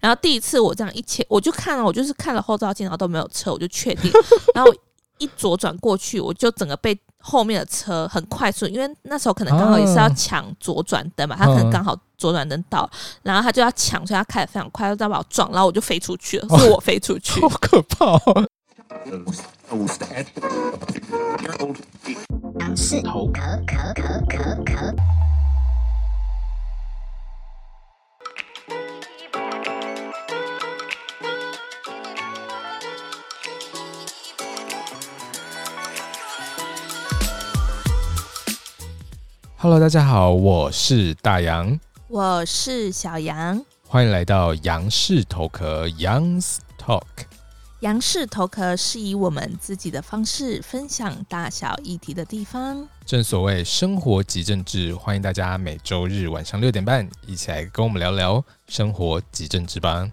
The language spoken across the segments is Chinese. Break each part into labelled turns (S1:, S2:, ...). S1: 然后第一次我这样一切，我就看啊了，我就是看了后照镜，然后都没有车，我就确定。然后我一左转过去，我就整个被后面的车很快速，因为那时候可能刚好也是要抢左转灯嘛，他可能刚好左转灯到，然后他就要抢，所以他开的非常快，他就要把我撞，然后我就飞出去了，是我飞出 去。
S2: 好可怕、哦！
S3: 是头壳壳壳壳壳。
S2: Hello，大家好，我是大杨，
S1: 我是小杨，
S2: 欢迎来到杨氏头壳 Young's Talk。
S1: 杨氏头壳是以我们自己的方式分享大小议题的地方。
S2: 正所谓生活即政治，欢迎大家每周日晚上六点半一起来跟我们聊聊生活即政治吧。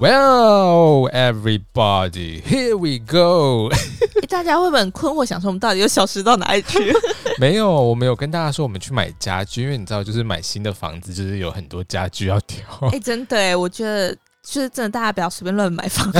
S2: Well, everybody, here we go
S1: 诶大家会不会很困惑，想说我们到底又消失到哪里去？
S2: 没有，我没有跟大家说我们去买家具，因为你知道，就是买新的房子，就是有很多家具要挑。
S1: 哎、真的哎，我觉得就是真的，大家不要随便乱买房，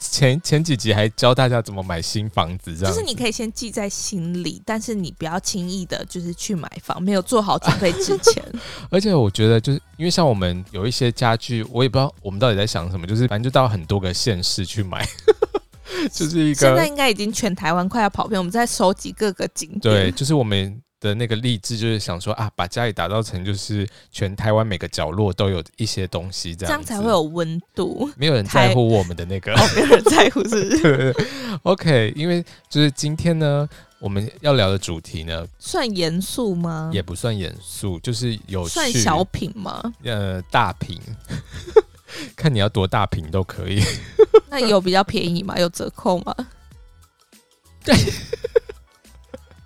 S2: 前前几集还教大家怎么买新房子，这
S1: 就
S2: 样
S1: 是你可以先记在心里，但是你不要轻易的，就是去买房，没有做好准备之前，
S2: 而且我觉得，就是因为像我们有一些家具，我也不知道我们到底在想什么，就是反正就到很多个县市去买， 就是 一
S1: 现在
S2: 个
S1: 应该已经全台湾快要跑遍，我们在收集各个景点。
S2: 对，就是我们的那个励志，就是想说啊，把家里打造成就是全台湾每个角落都有一些东西，这
S1: 这
S2: 样
S1: 样才
S2: 子。
S1: 会有温度
S2: 没有人在乎我们的那个。
S1: 哦，没有人在乎是不是？
S2: 对 OK，因为就是今天呢，我们要聊的主题呢，
S1: 算严肃吗？
S2: 也不算严肃，就是有趣
S1: 算小品吗？
S2: 呃大屏， 看你要多大屏都可以。
S1: 那有比较便宜吗？有折扣 吗？
S2: 对，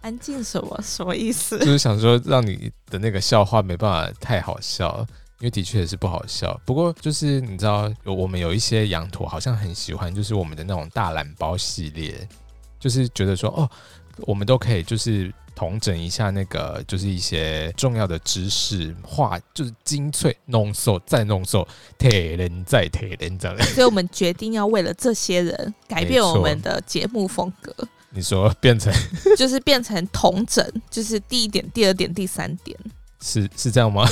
S1: 安静什么什么意 思？
S2: 就是想说让你的那个笑话没办法太好笑，因为的确也是不好笑。不过就是你知道，有我们有一些羊驼好像很喜欢，就是我们的那种大懒包系列，就是觉得说哦，我们都可以就是统整一下那个就是一些重要的知识，话就是精粹浓缩再浓缩，铁人再铁人这样。
S1: 所以我们决定要为了这些人改变
S2: 没错
S1: 我们的节目风格，
S2: 你说变成
S1: 就是变成同整，就是第一点、第二点、第三 点。
S2: 是是这样吗？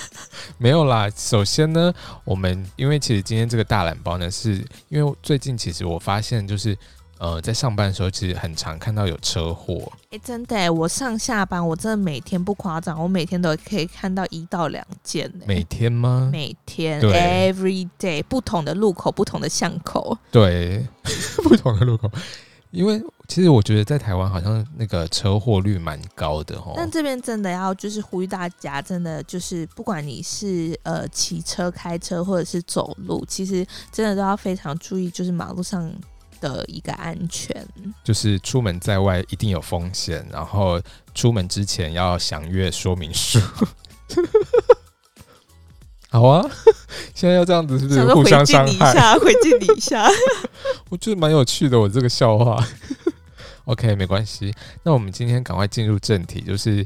S2: 没有啦，首先呢，我们因为其实今天这个大懒包呢，是因为最近其实我发现就是呃，在上班的时候其实很常看到有车祸，
S1: 哎、真的、欸，我上下班我真的每天不夸张，我每天都可以看到一到两件、欸，
S2: 每天吗？
S1: 每天
S2: 对
S1: every day 不同的路口、不同的巷口，
S2: 哦对， 不同的路口，因为其实我觉得在台湾好像那个车祸率蛮高的哦。
S1: 但这边真的要就是呼吁大家，真的就是不管你是呃骑车、开车或者是走路，其实真的都要非常注意，就是马路上的一个安全。
S2: 就是出门在外一定有风险，然后出门之前要详阅说 明书。好啊，现在要这样子是不是
S1: 想说
S2: 互
S1: 回
S2: 相
S1: 敬
S2: 伤
S1: 你一
S2: 害？
S1: 下，回敬你一下。
S2: 我觉得蛮有趣的，我这个笑话。OK，没关系。那我们今天赶快进入正题，就是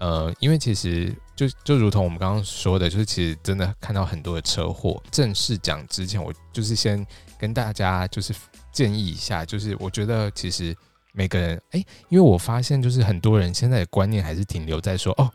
S2: 呃，因为其实就就如同我们刚刚说的，就是其实真的看到很多的车祸。正式讲之前，我就是先跟大家就是建议一下，就是我觉得其实每个人，哎、因为我发现就是很多人现在的观念还是停留在说，哦，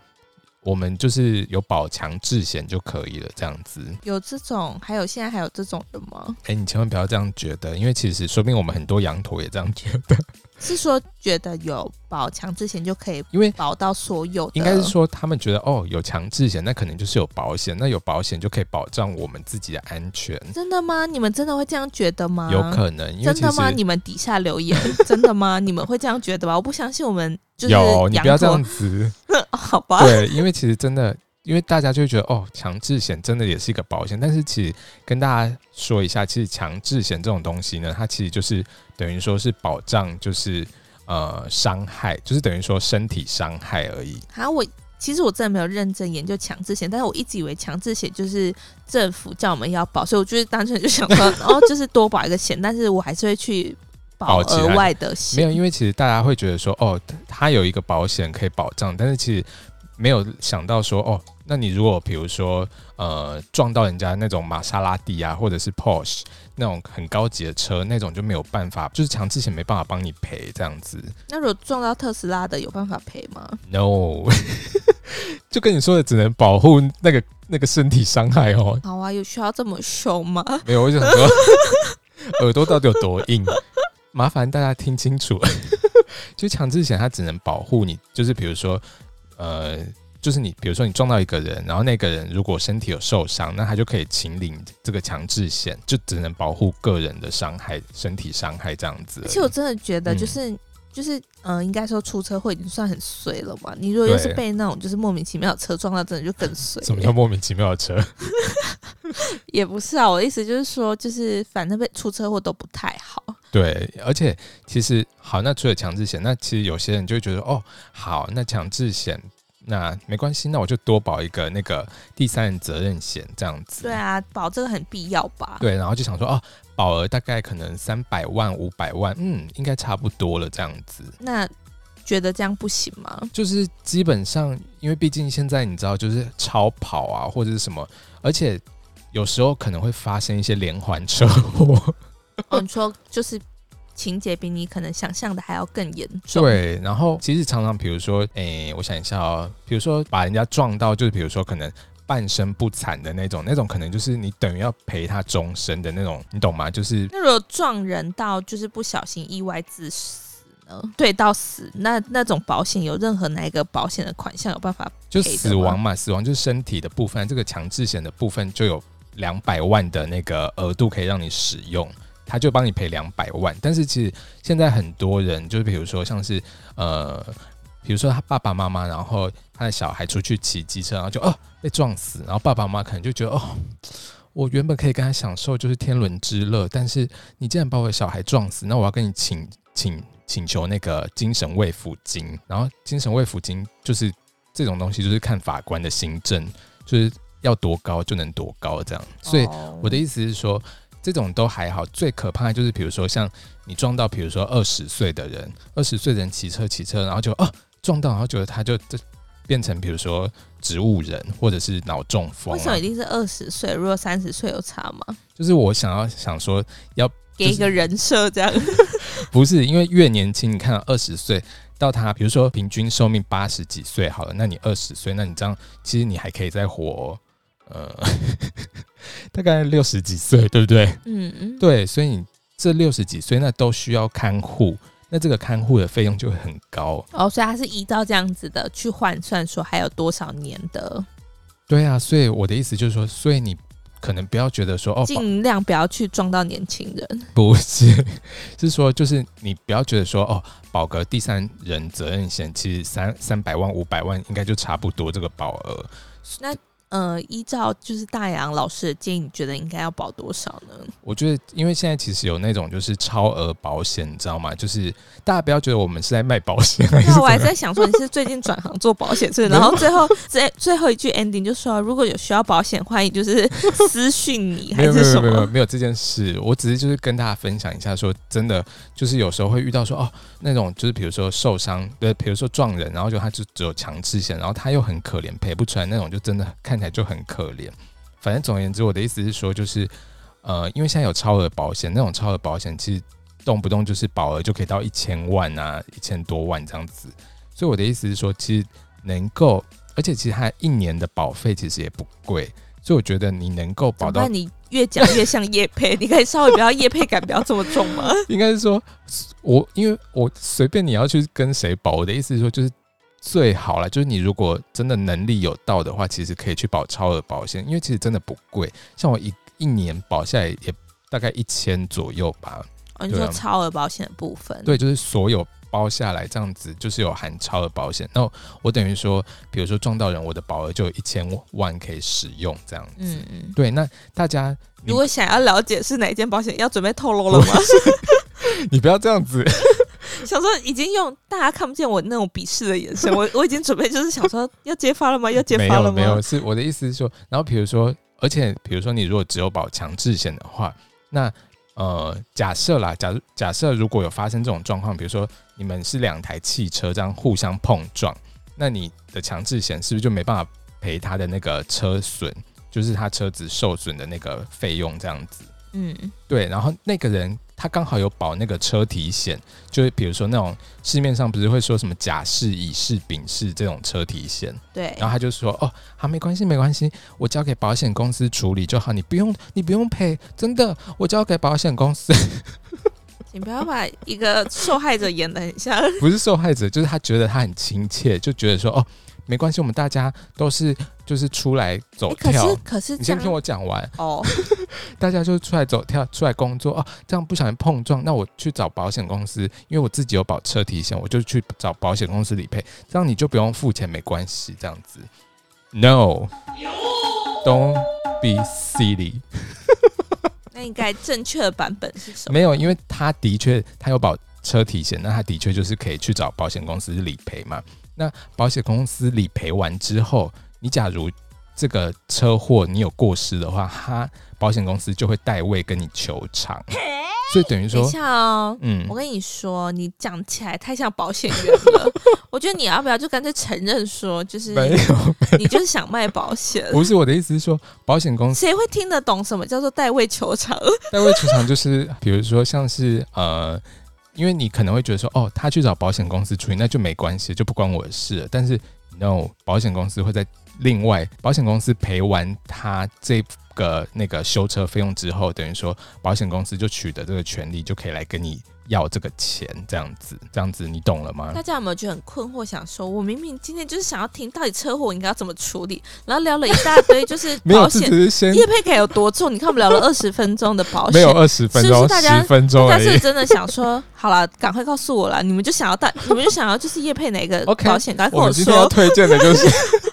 S2: 我们就是有保强制险就可以了这样子。
S1: 有这种，还有现在还有这种的吗？
S2: 哎、你千万不要这样觉得，因为其实说不定我们很多羊驼也这样觉得。
S1: 是说觉得有保强之前就可以
S2: 因为
S1: 保到所有的？
S2: 应该是说他们觉得哦有强制险，那可能就是有保险，那有保险就可以保障我们自己的安全，
S1: 真的吗？你们真的会这样觉得吗？
S2: 有可能，因
S1: 啊
S2: 为
S1: 真
S2: 其
S1: 的吗？
S2: 实
S1: 你们底下留言，真的吗？你们会这样觉得吧？我不相信我们就是
S2: 有你
S1: 羊
S2: 不要这
S1: 驼
S2: 样子，
S1: 好吧？
S2: 对，因为其实真的。因为大家就会觉得哦，强制险真的也是一个保险，但是其实跟大家说一下，其实强制险这种东西呢，它其实就是等于说是保障，就是呃伤害，就是等于说身体伤害而已。
S1: 啊，我其实我真的没有认真研究强制险，但是我一直以为强制险就是 政府叫我们要保，所以我就是单纯就想说，哦，就是多保一个险，但是我还是会去保
S2: 保起来
S1: 额外的
S2: 没有，
S1: 险，
S2: 因为其实大家会觉得说，哦，它有一个保险可以保障，但是其实没有想到说，哦，那你如果比如说呃撞到人家那种玛莎拉蒂啊，或者是 Porsche 那种很高级的车，那种就没有办法，就是强制险没办法帮你赔这样子。
S1: 那如果撞到特斯拉的，有办法赔吗？
S2: No，就跟你说的，只能保护那个那个身体伤害哦。
S1: 好啊，有需要这么凶吗？
S2: 没有，我想说 耳朵到底有多硬？麻烦大家听清楚， 就强制险它只能保护你，就是比如说，呃，就是你比如说你撞到一个人，然后那个人如果身体有受伤，那他就可以请领这个强制险，就只能保护个人的伤害、身体伤害这样子而已。
S1: 而且我真的觉得，
S2: 嗯
S1: 就是、就是，嗯、应该说出车祸已经算很衰了嘛。你如果又是
S2: 对
S1: 被那种就是莫名其妙的车撞到，真的就更衰。
S2: 什么叫莫名其妙的车？
S1: 也不是啊，我的意思就是说，就是反正被出车祸都不太好。
S2: 对，而且其实好，那除了强制险，那其实有些人就会觉得哦，好，那强制险那没关系，那我就多保一个那个第三人责任险这样子。
S1: 对啊，保这个很必要吧？
S2: 对，然后就想说哦，保额大概可能三百万、五百万，嗯，应该差不多了这样子。
S1: 那觉得这样不行 吗？
S2: 就是基本上，因为毕竟现在你知道，就是超跑啊或者是什么，而且有时候可能会发生一些连环车祸。
S1: 哦，你说就是情节比你可能想象的还要更严重。，
S2: 对，然后其实常常，比如说，诶、我想一下哦，比如说把人家撞到，就是比如说可能半身不残的那种，那种可能就是你等于要赔他终身的那种，你懂吗？就是
S1: 那如果撞人到就是不小心意外致死呢？对，到死那那种保险有任何哪一个保险的款项有办法？
S2: 就
S1: 赔的
S2: 死亡嘛，死亡就是身体的部分，这个强制险的部分就有两百万的那个额度可以让你使用，他就帮你赔两百万。但是其实现在很多人，就是比如说像是呃，比如说他爸爸妈妈，然后他的小孩出去骑机车，然后就哦被撞死，然后爸爸妈妈可能就觉得哦。我原本可以跟他享受就是天伦之乐，但是你竟然把我的小孩撞死，那我要跟你请请请求那个精神慰抚金，然后精神慰抚金就是这种东西就是看法官的行政，就是要多高就能多高这样。所以
S1: 哦
S2: 我的意思是说，这种都还好，最可怕的就是比如说像你撞到，比如说二十岁的人，二十岁的人骑车骑车，然后就哦撞到，然后觉得他就这变成比如说植物人或者是脑中风、
S1: 为
S2: 啊
S1: 什么，一定是二十岁？如果三十岁有差吗？
S2: 就是我想要想说，
S1: 给一个人设这样，
S2: 不是因为越年轻，你看二十岁到他，比如说平均寿命八十几岁好了，那你二十岁，那你这样其实你还可以再活，呃， 大概六十几岁，对不对？
S1: 嗯，
S2: 对，所以你这六十几岁那都需要看护，那这个看护的费用就会很高。
S1: 哦，所以他是依照这样子的去换算，说还有多少年
S2: 哦
S1: 的，
S2: 对啊，所以我的意思就是说，所以你可能不要觉得说哦，保
S1: 尽量不要去撞到年轻人。
S2: 不是，是说就是你不要觉得说哦，保个第三人责任险，其实三三百万五百万应该就差不多这个保额。
S1: 呃，依照就是大洋老师的建议，你觉得应该要保多少呢？
S2: 我觉得，因为现在其实有那种就是超额保险，你知道吗？就是大家不要觉得我们是在卖保险， 啊还是
S1: 那
S2: 怎
S1: 我
S2: 么
S1: 还
S2: 样
S1: 在想说，你是最近转行做保险是不是？然后最后最最后一句 ending 就说，如果有需要保险，欢迎就是私讯你
S2: 没
S1: 还
S2: 有没
S1: 是什
S2: 有没有没有
S1: 么？
S2: 没有这件事，我只是就是跟大家分享一下说真的，就是有时候会遇到说哦，那种就是比如说受伤，对，比如说撞人，然后就他就只有强制险，然后他又很可怜赔不出来那种，就真的看起来就很可怜。反正总而言之，我的意思是说，就是呃，因为现在有超额保险，那种超额保险其实动不动就是保额就可以到一千万啊，一千多万这样子。所以我的意思是说，其实能够，而且其实它一年的保费其实也不贵。所以我觉得你能够
S1: 怎
S2: 保
S1: 么
S2: 到
S1: 办？你越讲越像叶配，你可以稍微不要叶配感不要这么重 吗？
S2: 应该是说，我因为我随便你要去跟谁保，我的意思是说，就是最好了，就是你如果真的能力有到的话，其实可以去保超额保险，因为其实真的不贵，像我一一年保下来也大概一千左右吧。
S1: 哦，你
S2: 对
S1: 说
S2: 啊
S1: 超额保险的部分，
S2: 对，就是所有包下来这样子，就是有含超额保险。那我等于说，比如说撞到人，我的保额就有一千万可以使用这样子。
S1: 嗯嗯。
S2: 对，那大家
S1: 如果想要了解是哪一间保险，要准备透露了吗？
S2: 你不要这样子，
S1: 想说已经用大家看不见我那种鄙视的眼神，我我已经准备就是想说要揭发了吗？要揭
S2: 没
S1: 发了
S2: 有
S1: 吗？
S2: 没有，是我的意思是说，然后比如说，而且比如说你如果只有保强制险的话，那呃，假设啦，假如假设如果有发生这种状况，比如说你们是两台汽车这样互相碰撞，那你的强制险是不是就没办法赔他的那个车损，就是他车子受损的那个费用这样子？
S1: 嗯，
S2: 对，然后那个人他刚好有保那个车体险，就是比如说那种市面上不是会说什么甲式、乙式、丙式这种车体险，
S1: 对，
S2: 然后他就说：“哦，好，没关系，没关系，我交给保险公司处理就好，你不用，你不用赔，真的，我交给保险公司。
S1: 请不要把一个受害者演的很像，
S2: 不是受害者，就是他觉得他很亲切，就觉得说哦，没关系，我们大家都是就是出来走
S1: 欸可
S2: 哦跳。
S1: 是可是
S2: 你
S1: 这
S2: 先
S1: 样
S2: 听我讲完，
S1: 哦，
S2: 大家就是出来走跳，出来工作哦，这样不小心碰撞，那我去找保险公司，因为我自己有保车体险，我就去找保险公司理赔，这样你就不用付钱，没关系，这样子。No，don't be silly。”
S1: 那应该正确的版本是什么？
S2: 没有，因为他的确他有保车体险，那他的确就是可以去找保险公司理赔嘛。那保险公司理赔完之后，你假如这个车祸你有过失的话，他保险公司就会代位跟你求偿。所以等
S1: 等
S2: 于
S1: 一
S2: 说，
S1: 下哦。
S2: 嗯
S1: 我，跟你说，你讲起来太像保险员 了。我觉得你要不要就干脆承认说，就是
S2: 没有，
S1: 你就是想卖保险，
S2: 不 是我的意思是说，保险公司
S1: 谁会听得懂什么叫做代位求偿？
S2: 代位求偿就是，比如说像是呃。因为你可能会觉得说，哦，他去找保险公司处理，那就没关系，就不关我的事了。但是，no，保险公司会在另外，保险公司赔完他这个那个修车费用之后，等于说保险公司就取得这个权利，就可以来跟你要这个钱，这样子，这样子你懂了吗
S1: 大？家有没有觉得很困惑？想说，我明明今天就是想要听到底车祸我应该要怎么处理，然后聊了一大堆，就是
S2: 没
S1: 保
S2: 有，这
S1: 险
S2: 只是先
S1: 业配感有多重？你看我们聊了二十分钟的保
S2: 没有
S1: 险。
S2: 二十分钟，
S1: 是不是大家
S2: 十分钟而
S1: 但
S2: 已
S1: 是。真的想 说，好了，赶快告诉我啦！你们就想要大，你们就想要就是业配哪个
S2: OK，
S1: 保险，赶快
S2: 我
S1: 跟
S2: 们今天要
S1: 说。
S2: 推荐的就是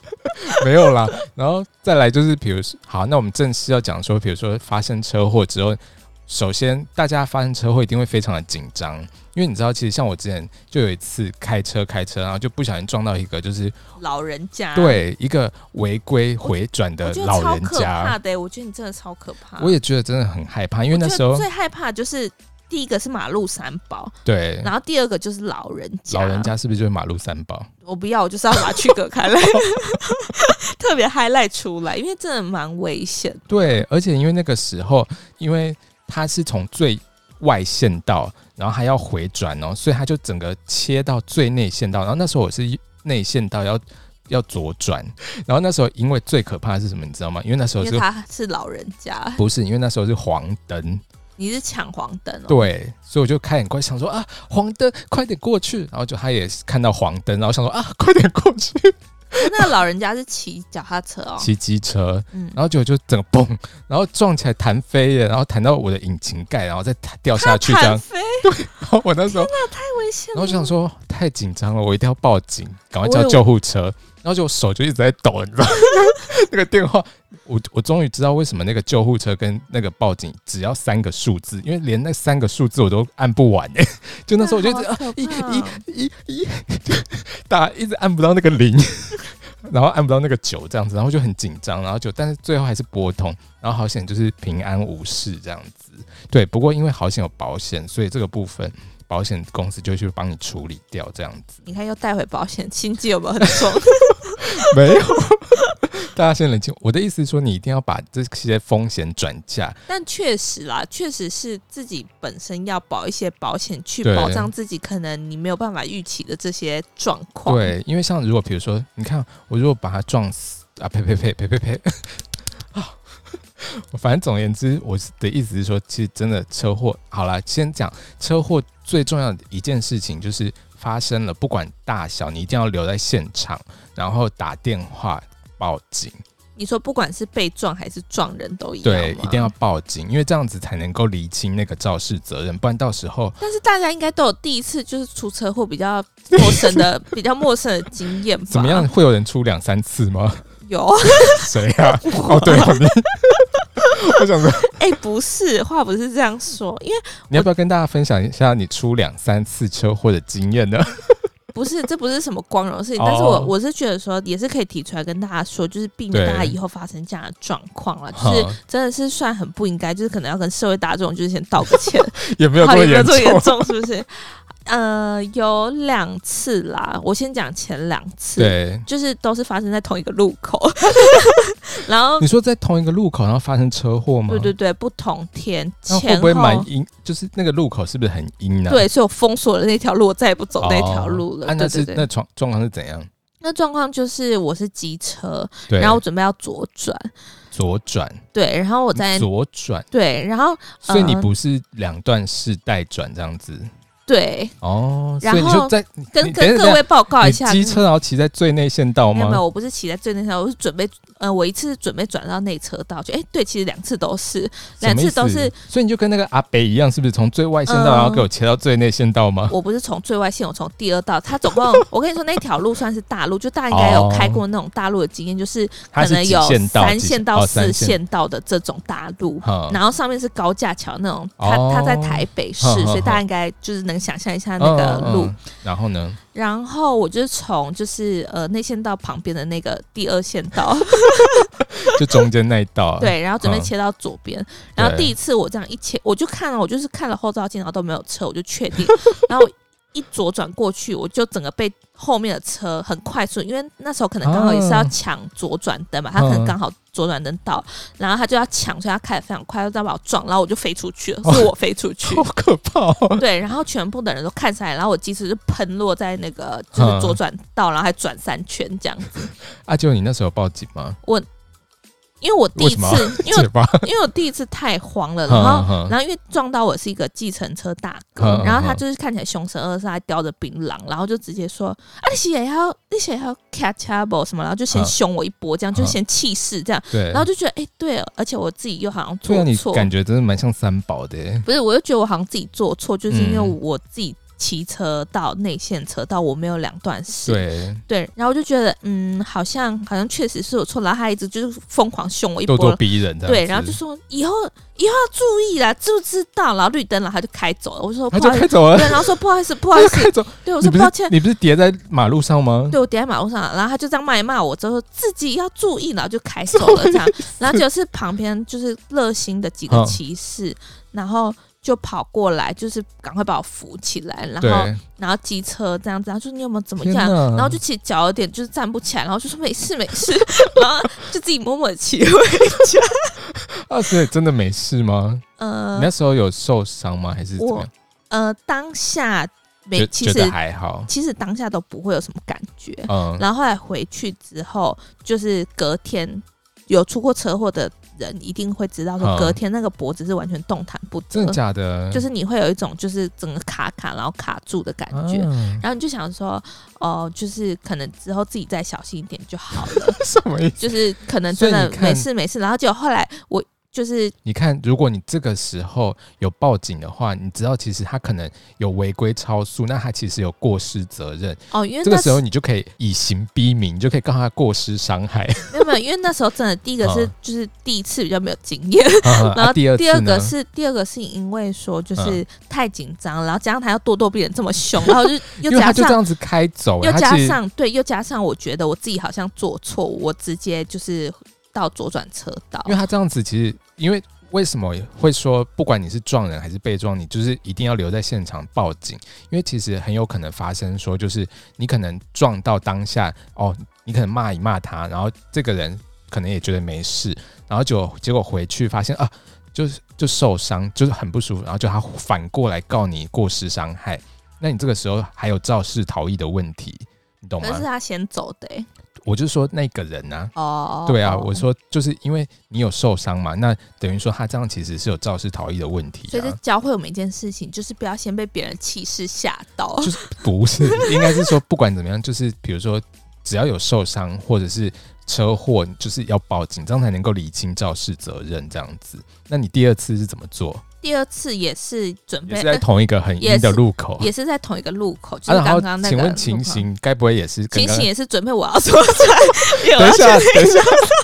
S2: 没有啦，然后再来就是，比如说，好，那我们正式要讲说，比如说发生车祸之后，首先大家发生车祸一定会非常的紧张，因为你知道，其实像我之前就有一次开车开车，然后就不小心撞到一个就是、
S1: 老人家，，
S2: 对一个违规回转
S1: 啊我
S2: 的
S1: 觉得
S2: 老
S1: 超
S2: 人
S1: 可怕
S2: 家，
S1: 的欸、我觉得你真的超可怕。
S2: 我也觉得真的很害怕，因为
S1: 我
S2: 那
S1: 觉
S2: 时
S1: 得
S2: 候
S1: 最害怕就是第一个是马路三宝，
S2: 对
S1: 然后第二个就是老人家。
S2: 老人家是不是就是马路三宝？
S1: 我不要，我就是要把它区隔开来， 特别 highlight 出来，因为真的蛮危险的。
S2: 对，而且因为那个时候，因为他是从最外线道，然后还要回转哦，所以他就整个切到最内线道。然后那时候我是内线道要要左转，然后那时候因为最可怕的是什么，你知道吗？因为那时候
S1: 因为
S2: 是
S1: 他是老人家，
S2: 不是因为那时候是黄灯，
S1: 你是抢黄灯 哦。
S2: 对，所以我就开很快，想说啊，黄灯，快点过去。然后就他也看到黄灯，然后想说啊，快点过 去，
S1: 那个老人家是骑脚踏车哦。
S2: 骑机车，
S1: 嗯，
S2: 然后结果就整个嘣，然后撞起来弹飞耶，然后弹到我的引擎盖，然后再弹掉下去这样
S1: 弹。飞，
S2: 然 后我那时候，然
S1: 太危险了。
S2: 后我就想说太紧张了，我一定要报警，赶
S1: 我
S2: 快叫
S1: 有
S2: 救护车。然后就我手就一直在抖，你知道吗， 那个电话，我我终于知道为什么那个救护车跟那个报警只要三个数字，因为连那三个数字我都按不完哎、 就那时候我就一直、
S1: 好
S2: 啊
S1: 可怕
S2: 一一一 一，打一直按不到那个零， 然后按不到那个九这样子，然后就很紧张，然后就但是最后还是拨通，然后好险就是平安无事这样子。对，不过因为好险有保险，所以这个部分保险公司就去帮你处理掉这样子。
S1: 你看又带回保险，心机有没有很 重？
S2: 没有， 大家先冷静。我的意思是说，你一定要把这些风险转嫁。
S1: 但确实啦，确实是自己本身要保一些保险，去
S2: 对
S1: 保障自己可能你没有办法预期的这些状况。，
S2: 对，因为像如果比如说，你看我如果把它撞死啊，呸呸呸呸呸呸， 啊反正总而言之，我是的意思是说，其实真的车祸，好啦，先讲车祸最重要的一件事情就是发生了，不管大小，你一定要留在现场，然后打电话报警，
S1: 你说不管是被撞还是撞人都一样，
S2: 对，一定要。报警，因为这样子才能够厘清那个肇事责任，不然到时候
S1: 但是大家应该都有第一次就是出车祸比较陌生 的、比较陌生的经验吧？
S2: 怎 么样？会有人出两三次吗？
S1: 有
S2: 谁啊？哦，对哦，你， 我想说。
S1: 哎、不是，话不是这样说，因为
S2: 你要不要跟大家分享一下你出两三次车祸的经验呢？
S1: 不是，这不是什么光荣的事情，
S2: 哦
S1: 但是我我是觉得说，也是可以提出来跟大家说，就是避免
S2: 对
S1: 大家以后发生这样的状况了，
S2: 好
S1: 就是真的是算很不应该，就是可能要跟社会大众就是先道个 歉，
S2: 也没有
S1: 好
S2: 这么
S1: 也没有
S2: 严
S1: 这
S2: 重
S1: 么。严重，是不 是？呃，有两次啦，我先讲前两次，
S2: 对，
S1: 就是都是发生在同一个路口， 然 后
S2: 你说在同一个路口，然后发生车祸吗？
S1: 对对对，不同天
S2: 嗯那
S1: 前后
S2: 会不会蛮阴？就是那个路口是不是很阴啊？
S1: 对，所以我封锁了那条路，我再也不走
S2: 哦，
S1: 那条路了。
S2: 啊，那
S1: 对
S2: 是
S1: 对
S2: 那
S1: 对，
S2: 状状况是怎样？
S1: 那状况就是我是机车，
S2: 对，
S1: 然后我准备要左转，
S2: 左转，
S1: 对，然后我在嗯
S2: 左转，
S1: 对，然后
S2: 所以你
S1: 呃
S2: 不是两段式带转这样子
S1: 对，
S2: 哦。
S1: 然
S2: 所以你就
S1: 后
S2: 在
S1: 跟
S2: 你等一
S1: 跟
S2: 下
S1: 各位报告
S2: 你
S1: 一下，嗯
S2: 机车然后骑在最内线道
S1: 没有没
S2: 吗？
S1: 有，我不是骑在最内侧，我是准备呃，我一次准备转到内车道去。哎、对，其实两次都是，
S2: 什么意思
S1: 两次都是，
S2: 所以你就跟那个阿北一样，是不是从最外线道
S1: 嗯
S2: 然后给我切到最内线道吗？
S1: 我不是从最外线，我从第二道。它总 共，我跟你说，那条路算是大路，就大家应该有开过那种大路的经验，就是
S2: 哦它
S1: 可
S2: 是
S1: 能
S2: 几
S1: 有
S2: 线道？
S1: 三
S2: 几
S1: 线道、
S2: 哦
S1: 四
S2: 三
S1: 线道的这种大路。
S2: 好，
S1: 然后上面是高架桥那种，它
S2: 哦
S1: 它在台北市，
S2: 哼哼
S1: 所以
S2: 哼
S1: 大家应该就是能想象一下那个
S2: 嗯嗯
S1: 路。
S2: 嗯然后呢？
S1: 然后我就是从就是呃内线道旁边的那个第二线道，
S2: 就中间那一道、啊。，
S1: 对，然后准备
S2: 嗯
S1: 切到左边，然后
S2: 对
S1: 第一次我这样一切，我就看了，我就是看了后照镜，然后都没有车，我就确 定，然后我一左转过去，我就整个被后面的车很快速，因为那时候可能刚好也是要
S2: 啊
S1: 抢左转灯嘛，他可能
S2: 嗯
S1: 刚好左转灯到，然后他就要抢，所以他开得非常快，他就要把我撞，然后我就飞出去了，是我飞出去
S2: 好。可怕、 哦。
S1: 对，然后全部的人都看下来，然后我机车就喷落在那个就是左
S2: 嗯
S1: 转道，然后还转三圈这样子。
S2: 阿啊舅，你那时候有报警吗？
S1: 因为我第
S2: 为
S1: 一
S2: 什么
S1: 次， 因为我
S2: 嘴巴
S1: 因为我第一次太慌了，
S2: 嗯
S1: 然后
S2: 嗯
S1: 然后因为撞到我是一个计程车大
S2: 嗯
S1: 哥
S2: 嗯，
S1: 然后他
S2: 嗯
S1: 就是看起来凶神恶煞，还叼着槟榔，然后就直接说啊你是也要你是也要 catch up 什么，然后就先
S2: 嗯
S1: 凶我一波，这样就
S2: 嗯
S1: 先气势这样，
S2: 对，
S1: 然后就觉得哎、对，而且我自己又好像
S2: 对啊，
S1: 做
S2: 你
S1: 错，
S2: 感觉真的蛮像三宝的耶。
S1: 不是，我又觉得我好像自己做错，就是因为
S2: 嗯
S1: 我自己。骑车到内线车道，我没有两段式，
S2: 对，
S1: 对然后我就觉得，嗯，好像好像确实是我错，然后他一直就是疯狂凶我一
S2: 咄
S1: 波，
S2: 咄逼人这样子。
S1: 对，然后就说以后以后要注意啦，知不知道？然后绿灯了，他就开走了。我就说
S2: 他
S1: 不
S2: 就
S1: 好意思，
S2: 开走
S1: 对，
S2: 了，
S1: 然后说不 好意思，不好
S2: 他
S1: 意
S2: 就
S1: 思，
S2: 开走。
S1: 对我
S2: 你
S1: 说
S2: 不
S1: 抱
S2: 是
S1: 歉，
S2: 你不是叠在马路上吗？
S1: 对我跌在马路上，然后他就这样骂一骂我，之后自己要注意，然后就开走 了这样。然后就是旁边就是热心的几个
S2: 嗯
S1: 骑士，然后就跑过来，就是赶快把我扶起来，然
S2: 对，
S1: 后然后机车这样子，然后说你有没有怎么
S2: 天
S1: 样？
S2: 哪
S1: 然后就其实脚有点就是站不起来，然后就说没事没事， 然后就自己默默地骑回家。
S2: 啊，所以真的没事吗？
S1: 呃
S2: 你，那时候有受伤吗？还是怎么样？
S1: 呃，当下没
S2: 觉，
S1: 其
S2: 觉得
S1: 实
S2: 还好。
S1: 其实当下都不会有什么感觉。
S2: 嗯，
S1: 然后呃后来回去之后，就是隔天有出过车祸的人一定会知道，说
S2: 嗯
S1: 隔天那个脖子是完全动弹不得，
S2: 真的假的？
S1: 就是你会有一种就是整个卡卡然后卡住的感觉。
S2: 啊
S1: 然后你就想说，哦、就是可能之后自己再小心一点就好了，
S2: 什么意思？
S1: 就是可能真
S2: 所以
S1: 的
S2: 你看
S1: 没事没事。然后结果后来我就是
S2: 你看，如果你这个时候有报警的话，你知道其实他可能有违规超速，那他其实有过失责任。
S1: 哦，因为
S2: 这个
S1: 那
S2: 时候你就可以以刑逼民，你就可以告他过失 伤害。
S1: 没有没有，因为那时候真的第一个是
S2: 嗯
S1: 就是第一次比较没有经验， 然
S2: 然
S1: 后
S2: 啊第二
S1: 第二
S2: 次呢
S1: 个？是第二个是因为说就是
S2: 嗯
S1: 太紧张，然后加上他要咄咄逼人这么 凶，然后就又
S2: 因为
S1: 加
S2: 他就这
S1: 上
S2: 样子开走，
S1: 又
S2: 他
S1: 加
S2: 其实
S1: 上对，又加上我觉得我自己好像做错，我直接就是到左转车道
S2: 因。为他这样子，其实因为为什么会说，不管你是撞人还是被撞，你就是一定要留在现场报警，因为其实很有可能发生说，就是你可能撞到当下，哦，你可能骂一骂他，然后这个人可能也觉得没事，然后就结果回去发现啊，就是就受伤，就是很不舒服，然后就他反过来告你过失伤害，那你这个时候还有肇事逃逸的问题，你懂
S1: 可
S2: 吗
S1: 是？他先走的、欸、
S2: 我就说那个人啊，
S1: 哦，
S2: 对啊，我，说就是因为你有受伤嘛，那等于说他这样其实是有肇事逃逸的问题
S1: 所以这
S2: 啊，
S1: 教会我们一件事情，就是不要先被别人气势吓到。
S2: 就是不 是，应该是说不管怎么样，就是比如说只要有受伤或者是车祸，就是要报警，这样才能够理清肇事责任这样子。那你第二次是怎么做？
S1: 第二次也是准
S2: 也
S1: 备，
S2: 是在
S1: 呃
S2: 同一个很
S1: 也
S2: 硬的
S1: 是
S2: 路口。
S1: 也是在同一个路口，就是
S2: 啊，然
S1: 刚
S2: 后
S1: 刚那个
S2: 请
S1: 路口。
S2: 问情形该不会也是刚
S1: 情
S2: 刚
S1: 形也是准备我要说出来，因为我
S2: 等
S1: 要
S2: 一
S1: 去
S2: 下，等一下，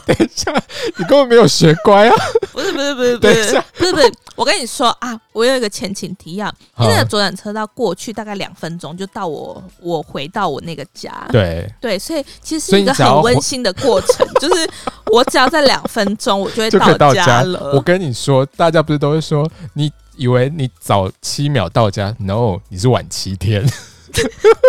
S2: 等一下， 你根本没有学 乖啊！
S1: 不是不是不是不
S2: 等一
S1: 是
S2: 下
S1: 不是不是，我跟你说啊，我有一个前情提要，因为那
S2: 好
S1: 个左转车道过去大概两分钟就到我我回到我那个家，
S2: 对，
S1: 对，所以其实
S2: 所
S1: 是
S2: 以
S1: 一
S2: 你
S1: 个
S2: 只要
S1: 很温馨的过程，就是我只要在两分钟我就会
S2: 就可以到
S1: 哎家
S2: 我
S1: 了。
S2: 跟你说，大家不是都会说，你以为你早七秒到家？No，你是晚七天。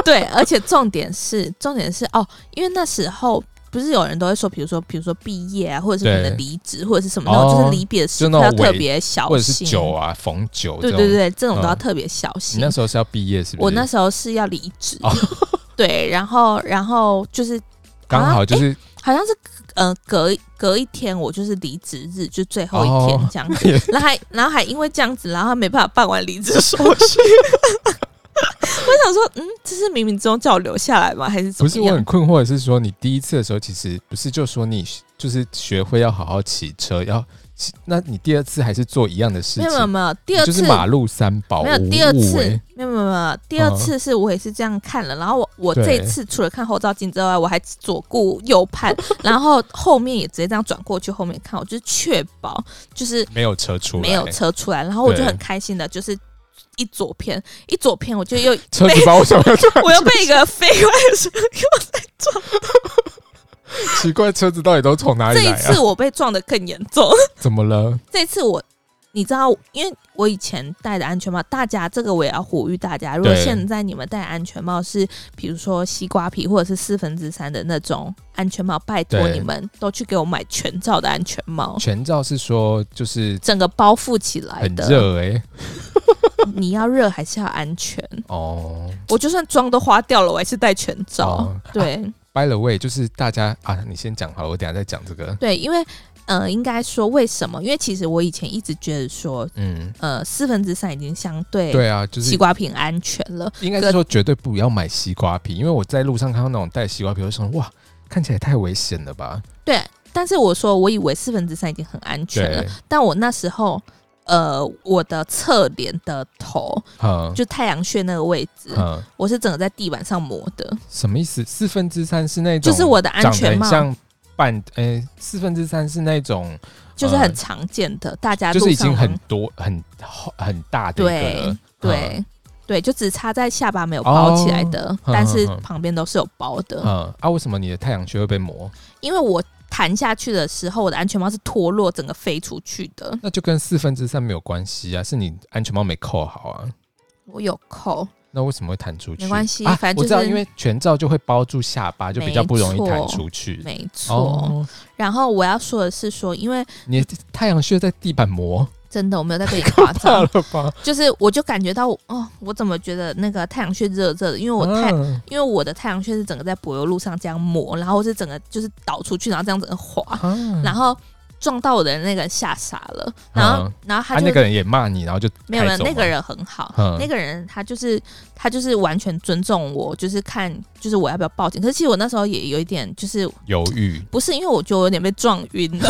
S1: 对，而且重点是重点是哦，因为那时候。不是有人都会说，比如说，比如说毕业啊，或者是
S2: 对
S1: 可能离职，或者是什么那种，
S2: 哦
S1: 就是离别的时
S2: 就那
S1: 刻
S2: 种
S1: 要特
S2: 尾
S1: 别小心。
S2: 或者是酒啊，逢酒
S1: 对
S2: 这种。
S1: 对对，这种都要
S2: 嗯
S1: 特别小心。
S2: 你那时候是要毕业是不是？
S1: 我那时候是要离职，
S2: 哦
S1: 对，然后然后就是
S2: 刚好就
S1: 啊
S2: 是
S1: 好像是呃隔一隔一天我就是离职日，就最后一天
S2: 哦
S1: 这样子， 然后还然后还因为这样子，然后没办法办完离职手续。 我想说，嗯，这是冥冥之中叫我留下来吗？还是怎
S2: 不
S1: 么
S2: 是我
S1: 样？
S2: 很困惑的是说，你第一次的时候其实不是就说你就是学会要好好骑车，要骑那你第二次还是做一样的事
S1: 没
S2: 情
S1: 有没有，没有，第二
S2: 就
S1: 次
S2: 是马路三宝
S1: 没有
S2: 无
S1: 第二次
S2: 误欸，
S1: 没有没有没有，第二
S2: 嗯
S1: 次是我也是这样看了，然后我我
S2: 对
S1: 这一次除了看后照镜之外，我还左顾右 盼，然后后面也直接这样转过去后面看，我就是确保就是
S2: 哎没有车出来，
S1: 没有车出来，然后我就
S2: 对
S1: 很开心的，就是一左偏一左偏，我就 又
S2: 车子把我想要
S1: 我又被一个飞 过来的时候，
S2: 奇怪，车子到底都从哪
S1: 这
S2: 里来
S1: 一
S2: 啊
S1: 次？我被撞的更严重，
S2: 怎么了？
S1: 这一次我，你知道，因为我以前戴的安全帽，大家这个我也要呼吁大家，如果
S2: 对
S1: 现在你们戴安全帽是比如说西瓜皮或者是四分之三的那种安全帽，拜托
S2: 对
S1: 你们都去给我买全罩的安全帽，
S2: 全照是说就是
S1: 整个包覆起来
S2: 很
S1: 的。
S2: 热哎、
S1: 你要热还是要安全？
S2: 哦。
S1: 我就算妆都花掉了，我还是戴全罩。
S2: 哦
S1: 对、
S2: By the way，就是大家啊，你先讲好了，我等一下再讲这个。
S1: 对，因为呃，应该说为什么？因为其实我以前一直觉得说，
S2: 嗯，
S1: 呃，四分之三已经相对
S2: 对啊，就
S1: 西
S2: 是
S1: 瓜皮很安全了。
S2: 应该是说绝对不要买西瓜皮，因为我在路上看到那种带西瓜皮，我就想哇，看起来也太危险了吧？
S1: 对，但是我说我以为四分之三已经很安全了
S2: 对，，
S1: 但我那时候呃，我的侧脸的头
S2: 嗯
S1: 就太阳穴那个位置，
S2: 嗯，
S1: 我是整个在地板上磨的，
S2: 什么意思？四分之三是那种
S1: 就是我的安
S2: 长得
S1: 全
S2: 很
S1: 帽
S2: 像半诶、四分之三是那种
S1: 就是很常见的，大家
S2: 嗯就是
S1: 路
S2: 已经
S1: 上啊
S2: 很嗯多很很大的一个
S1: 对
S2: 了。
S1: 对。对，就只插在下巴没有包起来的，
S2: 哼
S1: 但是
S2: 哼哼
S1: 旁边都是有包的，
S2: 哦嗯啊，为什么你的太阳穴会被磨？
S1: 因为我弹下去的时候，我的安全帽是脱落，整个飞出去的。
S2: 那就跟四分之三没有关系啊，是你安全帽没扣好啊。
S1: 我有扣，
S2: 那为什么会弹出去？
S1: 没关系
S2: 啊
S1: 反正
S2: 我知道，
S1: 就是
S2: 因为全罩就会包住下巴，就比较不容易
S1: 没错
S2: 弹出去。
S1: 没错。
S2: 哦，
S1: 然后我要说的是说因为
S2: 你的太阳穴在地板磨，
S1: 真的我没有在 跟你夸
S2: 怕
S1: 张
S2: 了，吧？
S1: 就是我就感觉到我哦，我怎么觉得那个太阳穴热热的？因为我哦太、
S2: 嗯
S1: 因为我的太阳穴是整个在柏油路上这样磨，然后是整个就是倒出去，然后这样整个滑，
S2: 啊，
S1: 然后撞到我的那个人吓傻了，然后、
S2: 嗯
S1: 然后他
S2: 啊
S1: 就、
S2: 那个人也骂你，然后就
S1: 没有没有
S2: 开走吗
S1: 那个人很好，
S2: 嗯
S1: 那个人他就是他就是完全尊重我，就是看就是我要不要报警。可是其实我那时候也有一点就是
S2: 犹 豫，
S1: 不是因为我觉得我有点被撞晕了，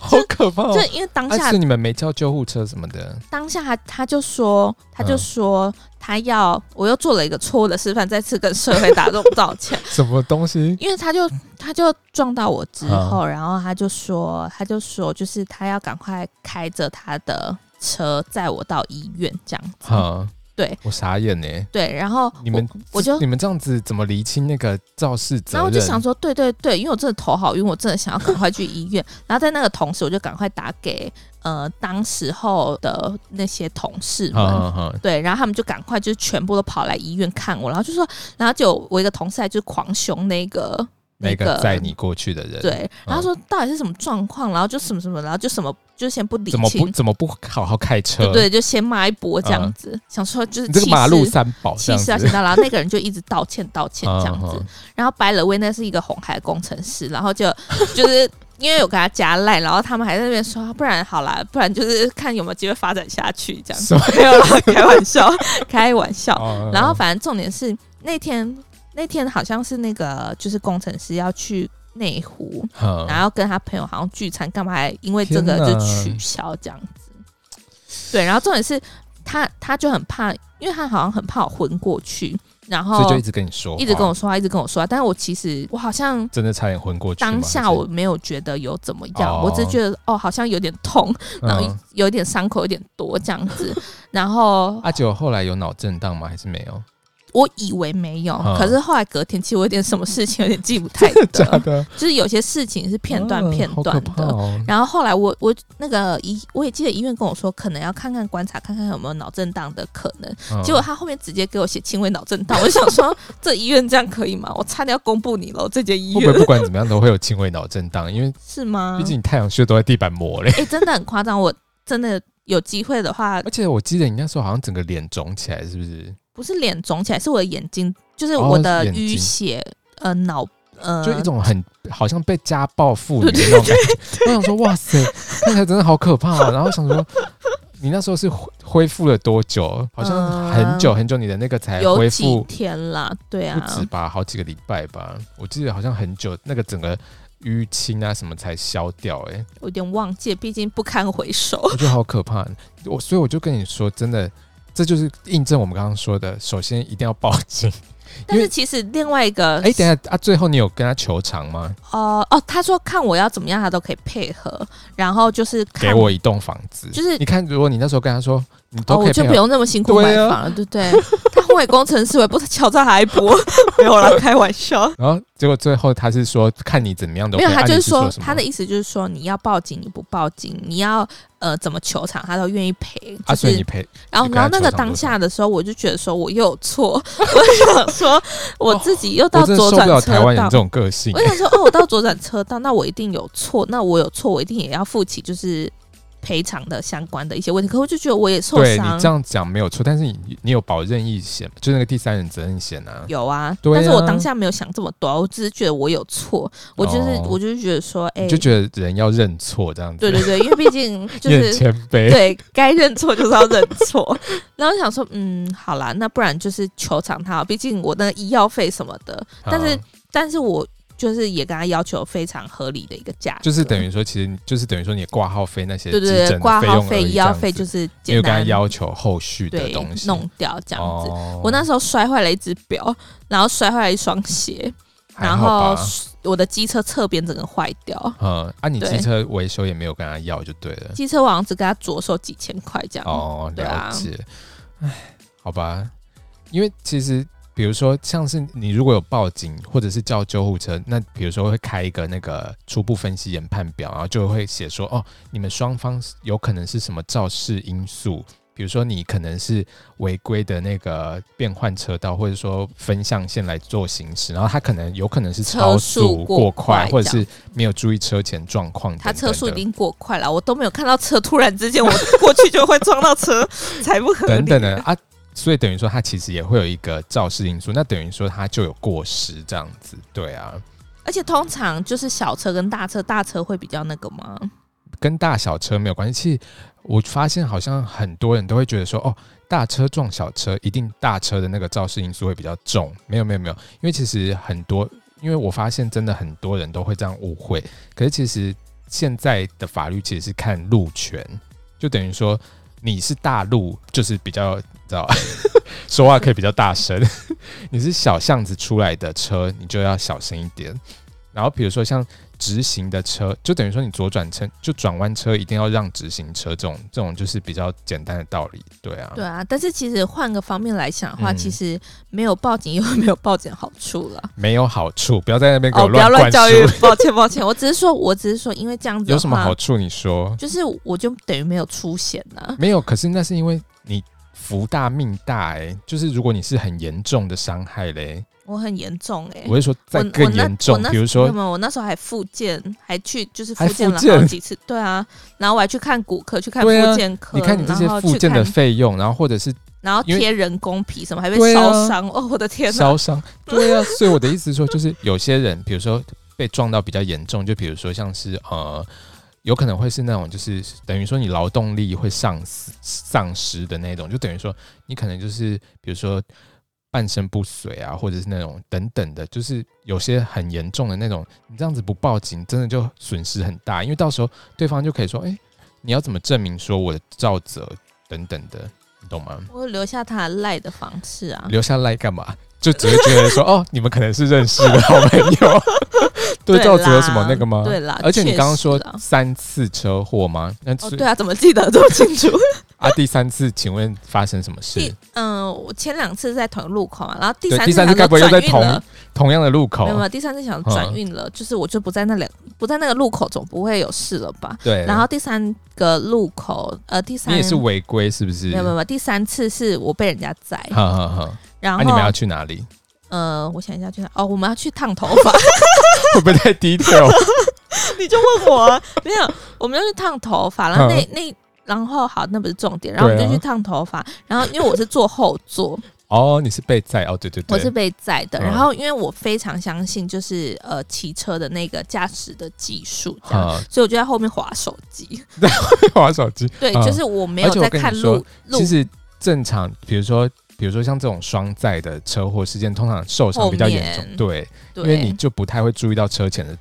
S2: 好可怕哦！
S1: 就因为当下
S2: 啊，是你们没叫救护车什么的，
S1: 当下他他就说，他就
S2: 嗯
S1: 说他要，我又做了一个错误的示范，再次跟社会大众道歉，
S2: 什么东西？
S1: 因为他就他就撞到我之后，
S2: 嗯
S1: 然后他就说他就说就是他要赶快开着他的车载我到医院这样子，
S2: 哈，
S1: 对，
S2: 我傻眼呢。
S1: 对，然后
S2: 嗯你们
S1: 我就
S2: 你们这样子怎么厘清那个肇事责
S1: 然
S2: 任？
S1: 后我就想说，对对对，因为我真的头好晕，我真的想要赶快去医院。然后在那个同时，我就赶快打给呃当时候的那些同事们，
S2: 好好好
S1: 对，然后他们就赶快就是全部都跑来医院看我，然后就说，然后就有我一个同事还就是狂凶那个
S2: 那
S1: 个
S2: 个载你过去的人，，
S1: 对，然后说到底是什么状况，然后就什么什么，然后就什么就先不理
S2: 怎么不
S1: 清，
S2: 怎么不好好开
S1: 对
S2: 车？
S1: 不对？就先骂一波这样
S2: 嗯
S1: 子，想说就是
S2: 你这个
S1: 气
S2: 马路
S1: 势
S2: 三宝这
S1: 气
S2: 样
S1: 势
S2: 子
S1: 要，先到，然后那个人就一直道歉道歉这样子
S2: 嗯，
S1: 然后白了威那是一个红海工程师，然后就 就是。因为有给他加赖，然后他们还在那边说，啊不然好啦，不然就是看有没有机会发展下去这样 子。
S2: 什么？
S1: 没有啦，开玩笑，开玩笑。
S2: 哦
S1: 然后反正重点是那天那天好像是那个就是工程师要去内湖，
S2: 嗯
S1: 然后跟他朋友好像聚餐，干嘛还因为这个
S2: 天哪
S1: 就取消这样子。对，然后重点是他他就很怕，因为他好像很怕我昏过去，然
S2: 所以
S1: 后
S2: 就一直跟你说话，
S1: 一直跟我说话，一直跟我说话，但是我其实我好像。
S2: 真的差点昏过去吗。
S1: 当下
S2: 还是
S1: 我没有觉得有怎么样，
S2: 哦
S1: 我只是觉得哦，好像有点痛，然后
S2: 嗯
S1: 有点伤口有点多这样子，然后
S2: 阿九啊后来有脑震荡吗？还是没有？
S1: 我以为没有，
S2: 嗯
S1: 可是后来隔天其实我有点什么事情有点记不 太
S2: 假
S1: 得，
S2: 的
S1: 就是有些事情是片段
S2: 啊
S1: 片
S2: 好可
S1: 段
S2: 怕
S1: 的。
S2: 哦
S1: 然后后来我我那个医我也记得医院跟我说，可能要看看观察，看看有没有脑震荡的可能。
S2: 嗯
S1: 结果他后面直接给我写轻微脑震荡，我就想说这医院这样可以吗？我差点要公布你了，这间医
S2: 会不会
S1: 院
S2: 不管怎么样都会有轻微脑震荡？因为
S1: 是吗
S2: 毕？竟太阳穴都在地板磨嘞。
S1: 哎、真的很夸张，我真的有机会的话，
S2: 而且我记得你那时候好像整个脸肿起来，是不是？
S1: 不是脸肿起来，是我的眼睛，就是
S2: 哦
S1: 我
S2: 是
S1: 的
S2: 眼睛
S1: 淤血，呃，脑呃，
S2: 就一种很好像被家暴妇女的那种感觉。我想说，哇塞，看起来真的好可怕、啊 然后想说，你那时候是恢恢复了多久？好像很久很久，你的那个才
S1: 嗯有
S2: 恢
S1: 几
S2: 复
S1: 天啦，对
S2: 不
S1: 啊，
S2: 止吧，好几个礼拜吧。我记得好像很久，那个整个淤青啊什么才消掉、欸。哎，
S1: 我有点忘记，毕竟不堪回 首。
S2: 我觉得好可怕。我所以我就跟你说，真的，这就是印证我们刚刚说的，首先一定要报 警。
S1: 但是其实另外一个，
S2: 哎、等一下啊，最后你有跟他求偿吗？
S1: 哦、哦，他说看我要怎么样，他都可以配合，然后就是看
S2: 给我一栋房子，
S1: 就是
S2: 你看，如果你那时候跟他说，你
S1: 哦，
S2: 都可
S1: 我
S2: 以
S1: 就
S2: 配
S1: 不
S2: 合，
S1: 用那么辛苦买
S2: 对啊
S1: 房了，对不对？他会工程师，我也不敲诈他一 波，没有啦，开玩笑。
S2: 然后结果最后他是说看你怎么样都
S1: 没
S2: 可以
S1: 有，他就是说
S2: 按啊你是什么
S1: 他的意思就是说，你要报警，你不报警，你要呃怎么求偿，他都愿意赔。
S2: 啊，
S1: 就
S2: 所以你
S1: 是，
S2: 赔
S1: 然后
S2: 你跟
S1: 然
S2: 他
S1: 后那个
S2: 求偿多
S1: 当
S2: 少
S1: 下的时候，我就觉得说我又有错， 我想说我自己又到
S2: 我真的
S1: 左
S2: 受不
S1: 转
S2: 了
S1: 车
S2: 台湾人
S1: 道
S2: 这。种个性
S1: 我，想说，哦，我到左转车道，那我一定有错，那我有错，我一定也要负起就是赔偿的相关的一些问题。可我就觉得我也受
S2: 对
S1: 伤
S2: 你这，样讲没有错，但是你你有保任意险，就是那个第三人责任险啊，
S1: 有啊，
S2: 对
S1: 但是我
S2: 啊
S1: 当下没有想这么多啊，我只是觉得我有错，我就是、
S2: 哦
S1: 我就是觉得说，哎、
S2: 你就觉得人要认错这样子，
S1: 对对对，因为毕 竟就
S2: 你很
S1: 是。
S2: 谦卑，
S1: 对该认错就是要认错，然后我想说，嗯，好啦，那不然就是求偿他，毕竟我那个医药费什么的，但是
S2: 啊
S1: 但是我就是也跟他要求非常合理的一个价格，
S2: 就是等于说，其实就是等于说你的挂号费那些
S1: 对
S2: 急
S1: 对
S2: 诊
S1: 对，
S2: 的
S1: 挂号
S2: 用而
S1: 费、
S2: 已
S1: 医药费就是是
S2: 没
S1: 简
S2: 有跟他
S1: 单
S2: 要求后续的
S1: 对
S2: 东西
S1: 弄掉这样子。
S2: 哦
S1: 我那时候摔坏了一只表，然后摔坏了一双鞋，
S2: 还
S1: 然
S2: 好吧
S1: 后我的机车侧边整个坏掉。
S2: 嗯，啊，你
S1: 对
S2: 机车维修也没有跟他要就对了。
S1: 机车我好像只跟他着手几千块这样。
S2: 哦，
S1: 对
S2: 了
S1: 啊
S2: 解。哎、好吧，因为其实比如说，像是你如果有报警或者是叫救护车，那比如说会开一个那个初步分析研判表，然后就会写说，哦，你们双方是有可能是什么肇事因素。比如说，你可能是违规的那个变换车道，或者说分向线来做行驶，然后他可能有可能是
S1: 车
S2: 超
S1: 速
S2: 速、
S1: 过
S2: 过
S1: 快
S2: 或者
S1: 这
S2: 是没有注意车前状况等等
S1: 他
S2: 的。
S1: 车速已经过快了，我都没有看到车，突然之间我 过去就会撞到车，才不合 理。
S2: 等等的啊，所以等于说它其实也会有一个肇事因素，那等于说它就有过失这样子，对啊，
S1: 而且通常就是小车跟大车，大车会比较那个吗？
S2: 嗯跟大小车没有关系。其实我发现好像很多人都会觉得说，哦，大车撞小车，一定大车的那个肇事因素会比较重。没有没有没有，因为其实很多，因为我发现真的很多人都会这样误会。可是其实现在的法律其实是看路权，就等于说你是大路，就是比较 你知道，说话可以比较大声；你是小巷子出来的车，你就要小声一点。然后比如说像直行的车，就等于说你左转车就转弯车一定要让直行车，这种这种就是比较简单的道理，对啊，
S1: 对啊，但是其实换个方面来想的话，
S2: 嗯
S1: 其实没有报警也有没有报警的好处了。
S2: 没有好处，不要在那边给
S1: 哦，
S2: 我
S1: 不要
S2: 灌
S1: 乱
S2: 输。
S1: 教育， 抱歉抱歉，我只是说，我只是说，因为这样子的话
S2: 有什么好？处？你说
S1: 就是我就等于没有出啊险呐、
S2: 没有？可是那是因为你福大命大哎、就是如果你是很严重的伤害嘞，
S1: 我很严重哎、
S2: 我是说再
S1: 我
S2: 更严
S1: 我
S2: 重，
S1: 那
S2: 比如
S1: 我
S2: 说
S1: 那我那时候还复健，还去就是
S2: 还
S1: 复健了
S2: 复健
S1: 好几次，对啊，然后我还去看骨科，去看复
S2: 对啊
S1: 健科，
S2: 你看你这些
S1: 然后去
S2: 附件的
S1: 看
S2: 费用，然后或者是
S1: 然后
S2: 因为
S1: 贴人工皮什么，还被
S2: 对啊
S1: 烧伤、哦，我的天哪！
S2: 烧伤，对啊，所以我的意思是说，就是有些人，比如说被撞到比较严重，就比如说像是呃，有可能会是那种就是等于说你劳动力会丧失丧失的那种，就等于说你可能就是比如说半身不遂啊，或者是那种等等的，就是有些很严重的那种，你这样子不报警，真的就损失很大，因为到时候对方就可以说，哎、你要怎么证明说我的照责等等的，你懂吗？
S1: 我有留下他赖的方式啊，
S2: 留下赖干嘛？就只会觉得说哦，你们可能是认识的好朋 友，对
S1: 啦
S2: 照责有什么那个吗？
S1: 对啦，
S2: 而且你刚刚说
S1: 确实啊
S2: 三次车祸吗？那
S1: 哦，
S2: 是、
S1: 对啊，怎么记得这么清楚？
S2: 啊，第三次请问发生什么
S1: 第
S2: 事？
S1: 嗯、我前两次在同一个路口嘛，然后第
S2: 对
S1: 三
S2: 第
S1: 次
S2: 三次
S1: 想
S2: 该
S1: 说
S2: 不会又在
S1: 转运
S2: 同
S1: 了，
S2: 同嗯样的路口
S1: 没有？没有，第三次想转运了，就是我就不在那两不在那个路口，总不会有事了吧？
S2: 对，
S1: 然后第三个路口，呃，第三
S2: 你也是违规是不是？
S1: 没有没有没有，第三次是我被人家载，
S2: 好好好，
S1: 然
S2: 啊，
S1: 后、
S2: 你们要去哪里？
S1: 呃，我想一下去哪？哦，我们要去烫头 发，
S2: 会不会太 detail？
S1: 你就问我啊、没有，我们要去烫头发，然后那
S2: 嗯
S1: 那然后好，那不是重点，然后我
S2: 对啊
S1: 们就去烫头发，然后因为我是坐后座，
S2: 哦，你是被载哦，对对
S1: 我
S2: 对，
S1: 是被载的，
S2: 嗯
S1: 然后因为我非常相信就是呃骑车的那个驾驶的技术这样。
S2: 啊，
S1: 所以我就在后面划手机，
S2: 玩手机。
S1: 对，
S2: 嗯
S1: 就是我没有
S2: 而且我
S1: 在
S2: 跟你
S1: 看
S2: 说
S1: 路路
S2: 其实正常，比如说，比如说像这种双载的车祸事件，通常受伤比较严
S1: 后
S2: 重，
S1: 面
S2: 对，因为你
S1: 对，
S2: 就不太会注意到车前的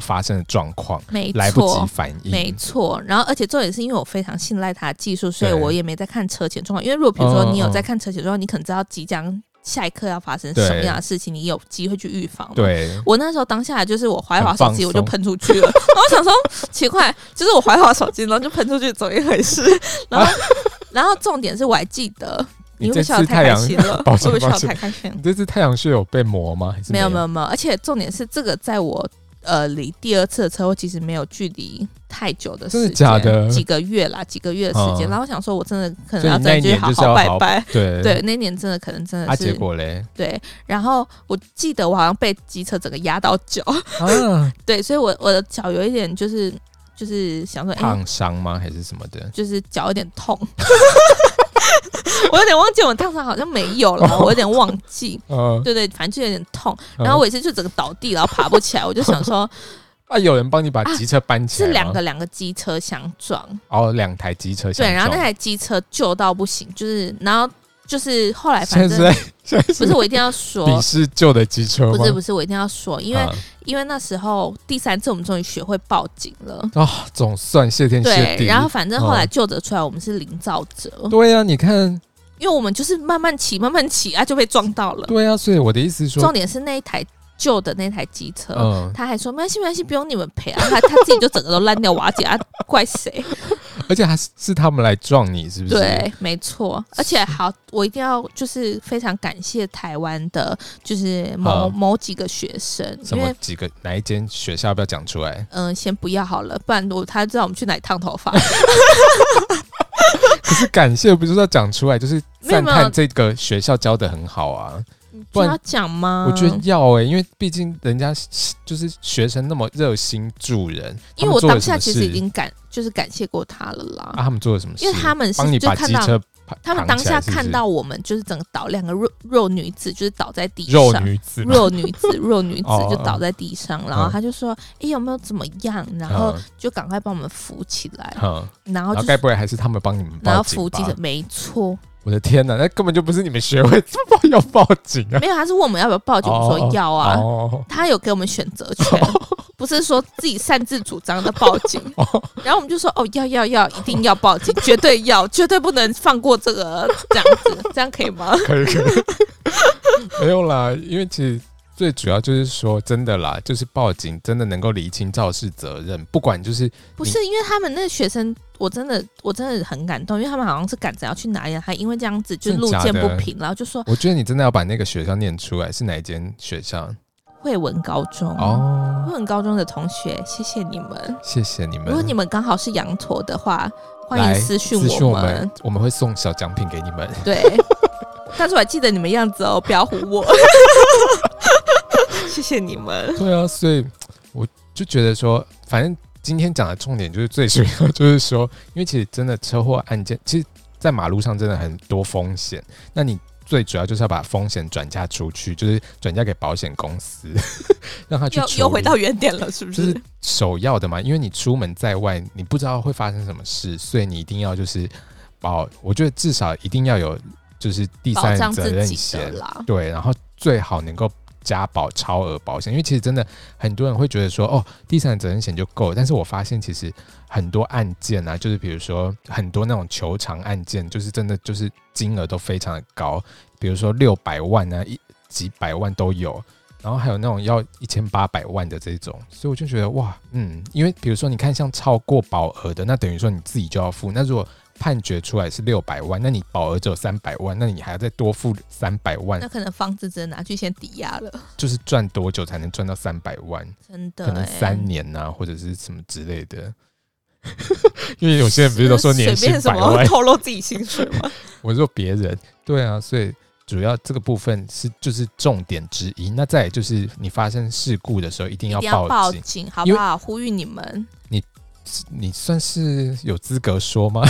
S2: 发生的状况，
S1: 没
S2: 来不及嗯
S1: 错，
S2: 反应。
S1: 没错。然后而且重点是因为我非常信赖他的技术，所以
S2: 对
S1: 我也没在看车前状况。因为如果比如说
S2: 嗯
S1: 你有
S2: 嗯
S1: 在看车前状况，你可能知道即将下一刻要发生
S2: 对
S1: 什么样的事情，你有机会去预防嘛。
S2: 对，
S1: 我那时候当下就是我怀滑手机，
S2: 很放松
S1: 我就喷出去 了。然后我想说奇怪，就是我怀滑手机，然后就喷出去，怎么一回 事？然后，然后重点是我还记得，
S2: 你
S1: 因
S2: 这
S1: 为笑
S2: 次
S1: 得
S2: 太
S1: 太开
S2: 阳，，
S1: 心了
S2: 抱
S1: 我
S2: 歉
S1: 被笑
S2: 抱
S1: 得
S2: 歉
S1: 太，开心了
S2: 你。这次太阳穴有被磨吗？还是
S1: 没有没有
S2: 有？
S1: 没有，而且重点是这个在我呃离第二次的车祸其实没有距离太久的时
S2: 真
S1: 间，
S2: 的假的
S1: 几个月啦，几个月的时间。
S2: 嗯
S1: 然后我想说，我真的可能
S2: 所以
S1: 要
S2: 你那
S1: 再
S2: 一
S1: 去
S2: 年
S1: 好
S2: 就是要
S1: 拜
S2: 好
S1: 拜。
S2: 对
S1: 对，，那年真的可能真
S2: 啊，
S1: 的
S2: 结
S1: 是、
S2: 果嘞，
S1: 对，然后我记得我好像被机车整个压到脚，
S2: 啊，
S1: 对，所以我我的脚有一点就是就是想说，哎、
S2: 烫伤吗？还是什么的？
S1: 就是脚有点痛。 我有点忘记我烫伤好像没有了，我有点忘记。
S2: 呃，
S1: 对对，反正就有点痛。
S2: 哦
S1: 然后我也是就整个倒地，然后爬不起来。我就想 说，
S2: 啊，有人帮你把机车搬起来
S1: 是
S2: 吗
S1: 两个两个机车相撞，
S2: 哦，两台机车相
S1: 对，然后那
S2: 撞
S1: 台机车旧到不行，就是然后就是后来反
S2: 现在是
S1: 正
S2: 在 现在
S1: 不
S2: 是
S1: 是我一定要说，
S2: 鄙视旧的机车吗？
S1: 不是不是我一定要说，因为、
S2: 啊
S1: 因为那时候第三次我们终于学会报警了，
S2: 啊，总算谢天谢
S1: 对，
S2: 地。
S1: 然后反正后来
S2: 嗯
S1: 救得出来，我们是零造者，
S2: 对啊，你看，
S1: 因为我们就是慢慢骑慢慢骑啊就被撞到了，
S2: 对啊，所以我的意思是说
S1: 重，点是那一台旧的那台机车，
S2: 嗯，
S1: 他还说没关系没关系，不用你们赔啊， 他他自己就整个都烂掉瓦解啊，怪谁？
S2: 而且还是是他们来撞你，是不是？
S1: 对，没错。而且好，我一定要就是非常感谢台湾的，就是某、
S2: 好
S1: 某几个学生，
S2: 嗯什
S1: 因
S2: 么
S1: 为
S2: 几个哪一间学校要不要讲出来？
S1: 嗯、先不要好了，不然我他知道我们去哪里烫头发。
S2: 可是感谢不就是要讲出来，就是
S1: 没有
S2: 赞
S1: 没有
S2: 叹这个学校教的很好啊。不
S1: 不
S2: 然
S1: 要讲吗？
S2: 我觉得要哎、因为毕竟人家是就是学生那么热心助人，
S1: 因为我
S2: 他
S1: 当
S2: 们做了什
S1: 下
S2: 么
S1: 其实已
S2: 事
S1: 经感就是感谢过他了啦，
S2: 啊，他们做了什么事？
S1: 因为他们
S2: 帮
S1: 是
S2: 你
S1: 就
S2: 把
S1: 看
S2: 机
S1: 到。
S2: 车
S1: 他们
S2: 扛
S1: 当
S2: 起来
S1: 下
S2: 是不是
S1: 看到我们就是整个倒两个弱弱女子，就是倒在地
S2: 肉
S1: 上，
S2: 女子嘛，
S1: 弱女 子弱女子
S2: 哦
S1: 就倒在地上，然后
S2: 嗯
S1: 他就说：“哎、有没有怎么样？”然后就赶快帮我们扶起来，
S2: 嗯嗯
S1: 然后
S2: 然
S1: 就
S2: 后嗯该不会还是他们帮你们
S1: 然
S2: 报
S1: 后
S2: 警
S1: 伏
S2: 吧
S1: 击？的，没错，
S2: 我的天哪，那根本就不是你们学会这么要报警啊！
S1: 没有，他是问我们要不要报警，我们
S2: 哦
S1: 说要啊，
S2: 哦，
S1: 他有给我们选择 权，不是说自己擅自主张的报警，然后我们就说哦要要要，一定要报警，绝对要，绝对不能放过这个这样子，这样可以吗？
S2: 可以可以， 没有啦，因为其实最主要就是说，真的啦，就是报警真的能够厘清肇事责任，不管就是
S1: 不是，因为他们那个学生，我真的我真的很感动，因为他们好像是赶着要去哪里，啊还因为这样子就
S2: 真的
S1: 路
S2: 假
S1: 见不
S2: 的
S1: 平，然后就说
S2: 我觉得你真的要把那个学校念出来是哪一间学校
S1: 惠文高中，
S2: 哦。
S1: 惠文高中的同学，谢谢你们。
S2: 谢谢你们，
S1: 如果你们刚好是羊驼的话，欢
S2: 来
S1: 迎私讯
S2: 私讯
S1: 我
S2: 我
S1: 们
S2: 们。，我们会送小奖品给你们。
S1: 对，但是我还记得你们样子哦，不要唬我。 谢谢你们。
S2: 对啊，所以我就觉得说，反正今天讲的重点就是最主要， 就是说，因为其实真的车祸案件，其实在马路上真的很多风险，那你。最主要就是要把风险转嫁出去，就是转嫁给保险公司， 让他去
S1: 又
S2: 处理
S1: 又回到原点了，是不？
S2: 就是是首要的嘛，因为你出门在外，你不知道会发生什么事，所以你一定要就是保，我觉得至少一定要有就是第
S1: 保
S2: 三人
S1: 障
S2: 责
S1: 自
S2: 任
S1: 己的
S2: 险，
S1: 啦。
S2: 对，然后最好能够加保超额保险，因为其实真的很多人会觉得说，哦，第三者责任险就够了。但是我发现其实很多案件啊，就是比如说很多那种求偿案件，就是真的就是金额都非常的高，比如说六百万啊，一几百万都有。然后还有那种要一千八百万的这种，所以我就觉得哇，嗯，因为比如说你看像超过保额的，那等于说你自己就要付。那如果判决出来是六百万，那你保额只有三百万，那你还要再多付三百万
S1: 那，可能房子只能拿去先抵押了，
S2: 就是赚多久才能赚到三百万？
S1: 真的、欸。
S2: 可能三年呐、或者是什么之类的。 因为有些人不是都说年
S1: 随
S2: 薪
S1: 便什
S2: 百
S1: 么
S2: 万
S1: 会，透露自己薪水吗？
S2: 我说别人，对啊，所以主要这个部分是就是重点之一。那再来就是你发生事故的时候，一定
S1: 一
S2: 要
S1: 定要报
S2: 报警。
S1: 警，好
S2: 因
S1: 不
S2: 为
S1: 好？呼吁你们，
S2: 你算是有资格说吗？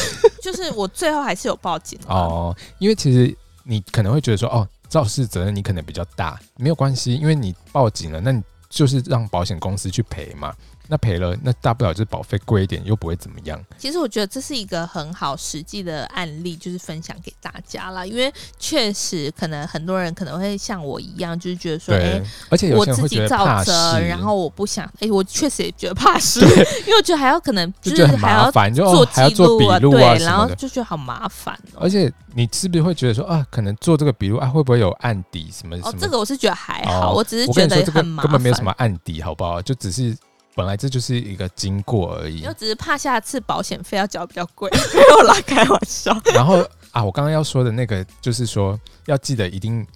S1: 就是我最后还是有报警啊。
S2: 哦，因为其实你可能会觉得说，哦，肇事责任你可能比较大，没有关系，因为你报警了，那你就是让保险公司去赔嘛。那赔了，那大不了就是保费贵一点，又不会怎么样。
S1: 其实我觉得这是一个很好实际的案例，就是分享给大家啦。因为确实可能很多人可能会像我一样，就是觉得说，哎、
S2: 对，而且有
S1: 我
S2: 些人
S1: 自
S2: 会
S1: 己
S2: 觉得怕
S1: 造
S2: 事，
S1: 责，然后我不想，哎、我确实也觉得怕事，因为我觉得还要可能
S2: 就觉
S1: 是
S2: 得很
S1: 还
S2: 麻
S1: 要
S2: 烦，就、
S1: 做
S2: 哦、还要
S1: 记
S2: 做
S1: 录
S2: 笔
S1: 啊，
S2: 录啊
S1: 对，
S2: 什
S1: 然
S2: 么
S1: 后
S2: 的。
S1: 就觉得好麻烦哦。
S2: 而且你是不是会觉得说啊，可能做这个笔录啊，会不会有案底什么什么
S1: 哦
S2: 的？，
S1: 这个我是觉得还好，
S2: 哦
S1: 我只是
S2: 我
S1: 觉
S2: 跟你
S1: 得
S2: 说，这个
S1: 很麻烦，
S2: 根本没有什么案底，好不好？就只是本来这就是一个经过而已
S1: 因为。只是怕下次保险费要缴比较贵， 没有啦，开玩笑。
S2: 然后啊，我刚刚要说的那个就是说，要记得一定，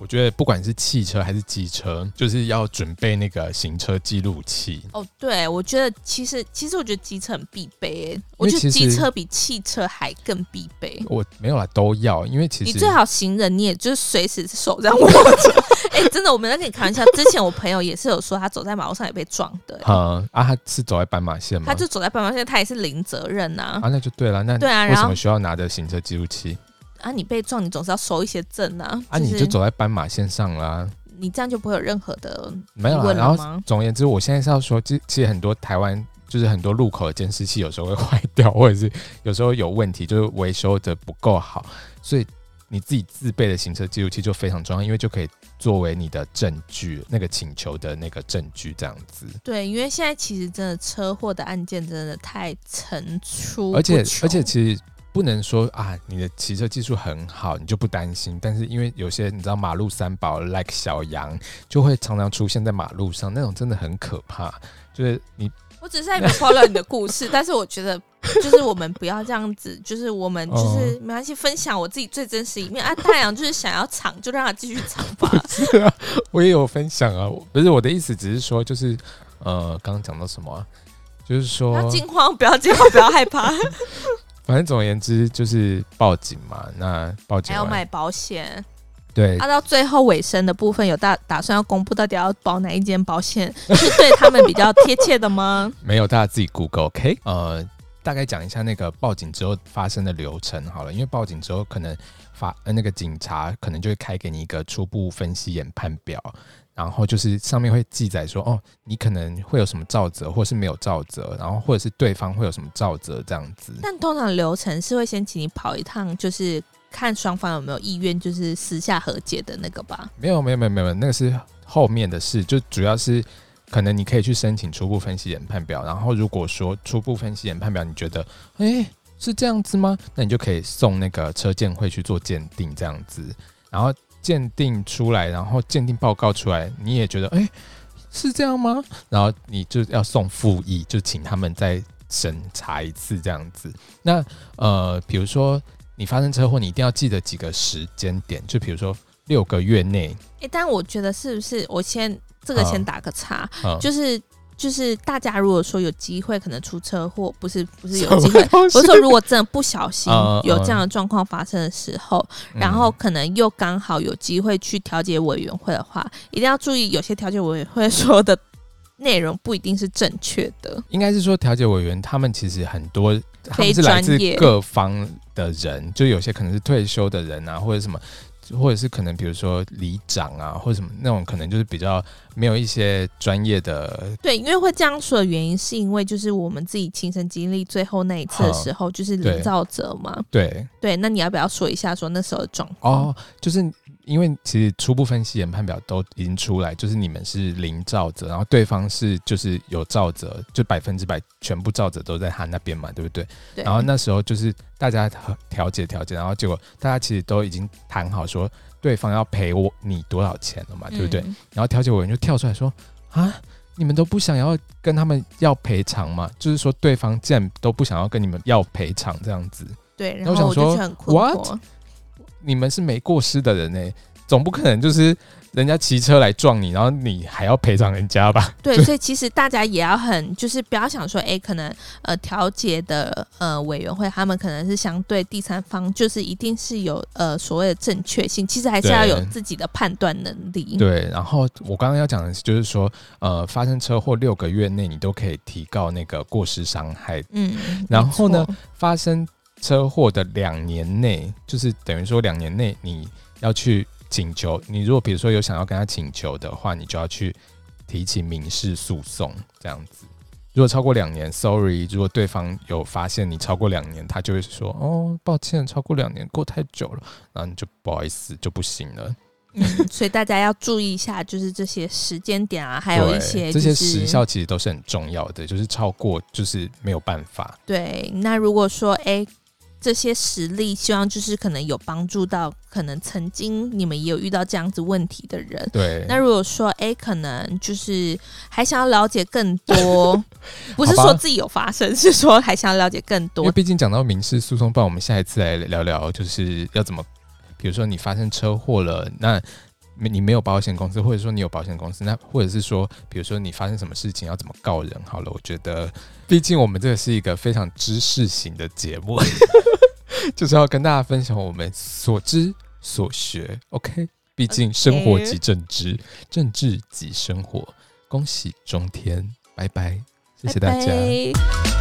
S2: 我觉得不管是汽车还是机车，就是要准备那个行车记录器。
S1: 哦，对，我觉得其实其实我觉得机车很必备耶，我
S2: 为
S1: 觉得
S2: 其
S1: 机
S2: 实
S1: 车比汽车还更必备。
S2: 我没有啦，都要，因为其
S1: 你
S2: 实
S1: 最好行人，你也就是随时手 这样握着。哎、真的，我们在跟你开玩笑。之前我朋友也是有说，他走在马路上也被撞的、欸
S2: 嗯啊，他是走在斑马线吗？
S1: 他就走在斑马线，他也是零责任呐、啊。
S2: 啊，那就对了。那
S1: 对啊
S2: 为
S1: 然
S2: 什
S1: 后
S2: 么需要拿着行车记录器
S1: 啊你被撞，你总是要收一些证啊。
S2: 啊？
S1: 就
S2: 你
S1: 是
S2: 就走在斑马线上啦、
S1: 你这样就不会有任何的
S2: 没有
S1: 疑
S2: 啦。
S1: 问
S2: 然
S1: 了
S2: 后
S1: 吗
S2: 总而言之，我现在是要说，其其实很多台湾就是很多路口的监视器有时候会 坏掉，或者是有时候有问题，就是维修的不够好，所以你自己自备的行车记录器就非常重要，因为就可以作为你的证据，那个请求的那个证据这样子。
S1: 对，因为现在其实真的车祸的案件真的太层出不
S2: 而且
S1: 穷
S2: 而且其实不能说啊，你的骑车技术很好，你就不担心。但是因为有些你知道马路三宝 like 小羊就会常常出现在马路上，那种真的很可怕。就是你
S1: 我只是在 follow 你的故 事，但是我觉得就是我们不要这样子，就是我们
S2: 哦
S1: 就是没关系，分享我自己最真实一面啊。太阳就是想要藏，就让他继续藏 吧。
S2: 是啊，我也有分享啊，我不是我的意思，只是说就是呃，刚刚讲到什么啊、就是说
S1: 不要惊慌，不要惊慌，不要害 怕，
S2: 反正总而言之就是报警嘛。那报警
S1: 还要
S2: 完
S1: 买保险。
S2: 对
S1: 啊，到最后尾声的部分，有大打算要公布到底要保哪一间保险，是对他们比较贴切的吗？
S2: 没有，大家自己 Google OK。呃，大概讲一下那个报警之后发生的流程好了，因为报警之后可能法呃那个警察可能就会开给你一个初步分析研判表，然后就是上面会记载说哦，你可能会有什么照责，或是没有照责，然后或者是对方会有什么照责这样子。
S1: 但通常流程是会先请你跑一趟，就是看双方有没有意愿，就是私下和解的那个吧。
S2: 没有没有没有没有，那个是后面的事，就主要是可能你可以去申请初步分析研判表，然后如果说初步分析研判表你觉得，诶是这样子吗？那你就可以送那个车鉴会去做鉴定这样子，然后鉴定出来，然后鉴定报告出来，你也觉得，诶是这样吗？然后你就要送复议，就请他们再审查一次这样子。那呃，比如说你发生车祸，你一定要记得几个时间点，就比如说六个月内，
S1: 哎、但我觉得是不是我先这个
S2: 嗯
S1: 先打个叉，
S2: 嗯
S1: 就是就是大家如果说有机会可能出车祸，不是不是
S2: 什
S1: 有
S2: 么
S1: 机 会，
S2: 东西
S1: 我是说如果真的不小心
S2: 嗯嗯
S1: 有这样的状况发生的时候，
S2: 嗯
S1: 然后可能又刚好有机会去调解委员会的话，一定要注意有些调解委员会说的内容不一定是正确的。
S2: 应该是说调解委员他们其实很多，他
S1: 非
S2: 们是来自
S1: 专业
S2: 各方的人，就有些可能是退休的人啊，或者什么，或者是可能比如说里长啊，或者什么那种可能就是比较没有一些专业的，
S1: 对，因为会这样说的原因，是因为就是我们自己亲身经历最后那一次的时候，就是
S2: 对
S1: 林兆泽嘛。
S2: 对
S1: 对，那你要不要说一下说那时候的状况？
S2: 哦，就是因为其实初步分析研判表都已经出来，就是你们是零照责，然后对方是就是有照责，就百分之百全部照责都在他那边嘛，对不对？
S1: 对，
S2: 然后那时候就是大家调解调解，然后结果大家其实都已经谈好说对方要赔我你多少钱了嘛，对不对？
S1: 嗯
S2: 然后调解委员就跳出来说啊。你们都不想要跟他们要赔偿吗？就是说，对方既然都不想要跟你们要赔偿这样子，
S1: 对，
S2: 那
S1: 然
S2: 我
S1: 后
S2: 想
S1: 我就
S2: 说
S1: 觉得很困惑
S2: what？。你们是没过失的人呢、欸总不可能就是人家骑车来撞你，然后你还要赔偿人家吧？
S1: 对，所以其实大家也要很，就是不要想说，哎、可能呃调解的呃委员会，他们可能是相对第三方，就是一定是有呃所谓的正确性，其实还是要有
S2: 对
S1: 自己的判断能力。
S2: 对。然后我刚刚要讲的是就是说，呃，发生车祸六个月内你都可以提告那个过失伤害，
S1: 嗯，
S2: 然后呢
S1: 没错？
S2: 发生车祸的两年内，就是等于说两年内你要去请求，你如果比如说有想要跟他请求的话，你就要去提起民事诉讼这样子。如果超过两年，sorry，如果对方有发现你超过两年，他就会说哦，抱歉，超过两年过太久了，然后你就不好意思就不行了。
S1: 嗯，所以大家要注意一下，就是这些时间点啊，还有
S2: 对
S1: 一些、
S2: 这
S1: 就是、
S2: 些时效其实都是很重要的，就是超过就是没有办法。
S1: 对，那如果说哎、这些实例，希望就是可能有帮助到可能曾经你们也有遇到这样子问题的人。
S2: 对，
S1: 那如果说哎、可能就是还想要了解更 多，不是
S2: 好吧
S1: 说自己有发生，是说还想要了解更
S2: 因为
S1: 多。
S2: 毕竟讲到民事诉讼，不然我们下一次来聊聊，就是要怎么，比如说你发生车祸了，那你你没有保险公司，或者说你有保险公司，那或者是说，比如说你发生什么事情要怎么告人？好了，我觉得，毕竟我们这个是一个非常知识型的节目， 就是要跟大家分享我们所知所学。OK，毕竟生活
S1: OK
S2: 即政治，政治即生活。恭喜中天，拜拜，谢谢大家。
S1: 拜拜